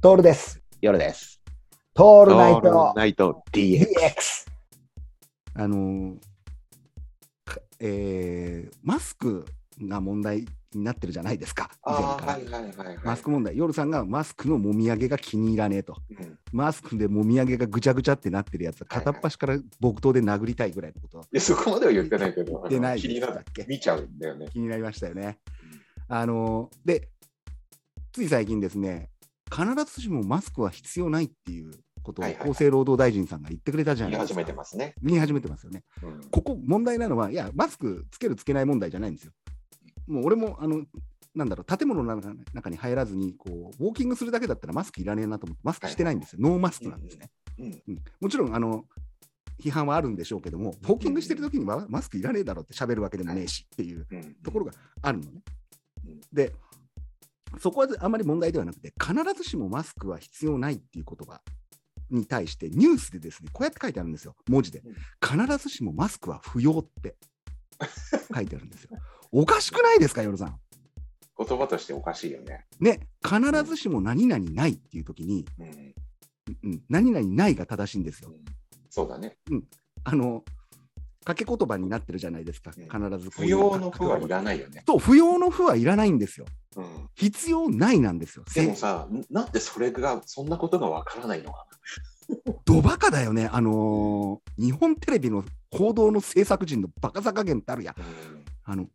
トールです。夜です。トオールナイトナイト DX。 DX。あのーかえーマスクが問題になってるじゃないですか、以前あかあ、らはいはいはい、はい。マスク問題、夜さんがマスクのもみあげが気に入らねえと、うんマスクでもみあげがぐちゃぐちゃってなってるやつは、片っ端から木刀で殴りたいぐらいのこと、でそこまでは言ってないけど、あの出ない気にでなしたるっけ見ちゃうんだよね。気になりましたよね。あのーで、つい最近ですね、必ずしもマスクは必要ないっていうことをはいはいはい厚生労働大臣さんが言ってくれたじゃ言ないい始ですかめ。てますね。言い始めてますよね。うんここ問題なのは、いや、マスクつけるつけない問題じゃないんですよ。もう俺も、あの、なんだろう、建物の中中に入らずに、こう、ウォーキングするだけだったらマスクいらねえなと思って、マスクしてないんですよ。ノーマスクなんですね。うんうんもちろん、あの、批判はあるんでしょうけども、ウォーキングしてる時にはマスクいらねえだろって喋るわけでもねえしっていううんところがあるのねうん。で、そこはあまり問題ではなくて、必ずしもマスクは必要ないっていう言葉に対して、ニュースでですね、こうやって書いてあるんですよ、文字でうん。必ずしもマスクは不要って書いてあるんですよ。おかしくないですか、夜さん。言葉としておかしいよね。ね、必ずしも何々ないっていう時に、うんうん、何々ないが正しいんですうよ。んそうだね。あの、掛け言葉になってるじゃないですか、うん必ずこう不いう要の負はいらないよね。そう、不要の負はいらないんですよ。うん、必要ないなんですよ。でもさ、なんでそれが、そんなことがわからないのかドバカだよね、あのー日本テレビの報道の制作陣のバカさ加減ってあるやんな。あの、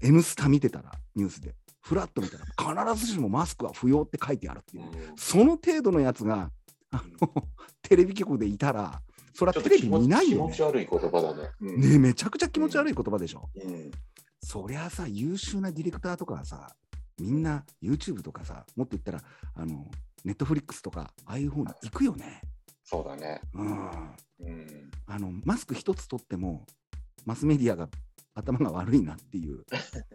N スタ見てたら、ニュースで、ふらっと見たら、必ずしもマスクは不要って書いてあるっていうう、んうんその程度のやつが、あのテレビ局でいたら、そりゃちょっテとレ気ビ持見ない気よ持ねち。悪い言葉だね。うんねめちゃくちゃ気持ち悪い言葉でしょ。うんそりゃさ、優秀なディレクターとかはさ、みんな YouTube とかさ、もっと言ったら、あの、Netflix とか、ああいう方に行くよね。そうだね。うん。うんあのマスク一つ取ってもマスメディアが頭が悪いなっていう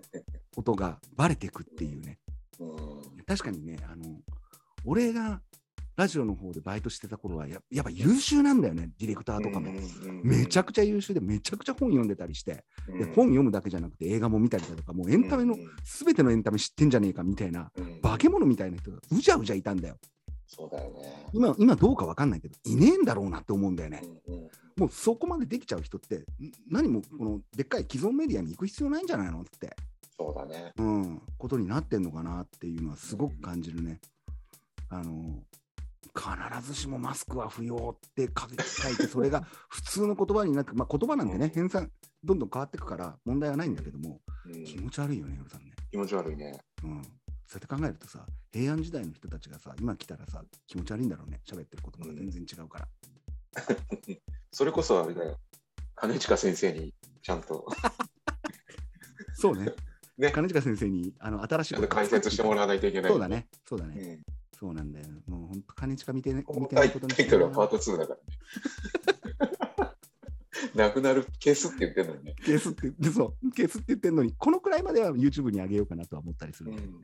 ことがバレてくっていうねうん確かにねあの俺がラジオの方でバイトしてた頃はややっぱ優秀なんだよねディレクターとかも、めちゃちくちゃ優秀でめちゃくちゃ本読んでたりして、ゃで本読むだけじゃなくて映画も見たりだとかもうエンタメの全てのエンタメ知ってんじゃねえかみたいな化け物みたいな人がうじゃうじゃいたんだよそうだよね。今今どうかわかんないけどいねえんだろうなって思うんだよね、うんうんもうそこまでできちゃう人って、ん何もこのでっかい既存メディアに行く必要ないんじゃないのって、そうだね。うん、ことになってんのかなっていうのはすごく感じるね。あの必ずしもマスクは不要って書い書いて、それが普通の言葉になって、まあ、言葉なんでうんね、編纂、どんどん変わっていくから問題はないんだけども、うん気持ち悪いよね、ヨルさんね。気持ち悪いね。うん、そうやって考えるとさ、平安時代の人たちがさ、今来たらさ、気持ち悪いんだろうね、喋ってる言葉が全然違うから。それこそあれだよ。金近先生にちゃん とそうね。ね 金近先生にあの新しちいゃんと解説してもらわないといけない。そうだね。そうだね。うん。そうなんだよ。もう本当金近見てね。こ見のてタなイいことにタイトルはパート2だからね。 なくなる消すって言ってるのにね。消すって、そう、消すって言ってんのに、このくらいまでは YouTube に上げようかなとは思ったりするんだよね。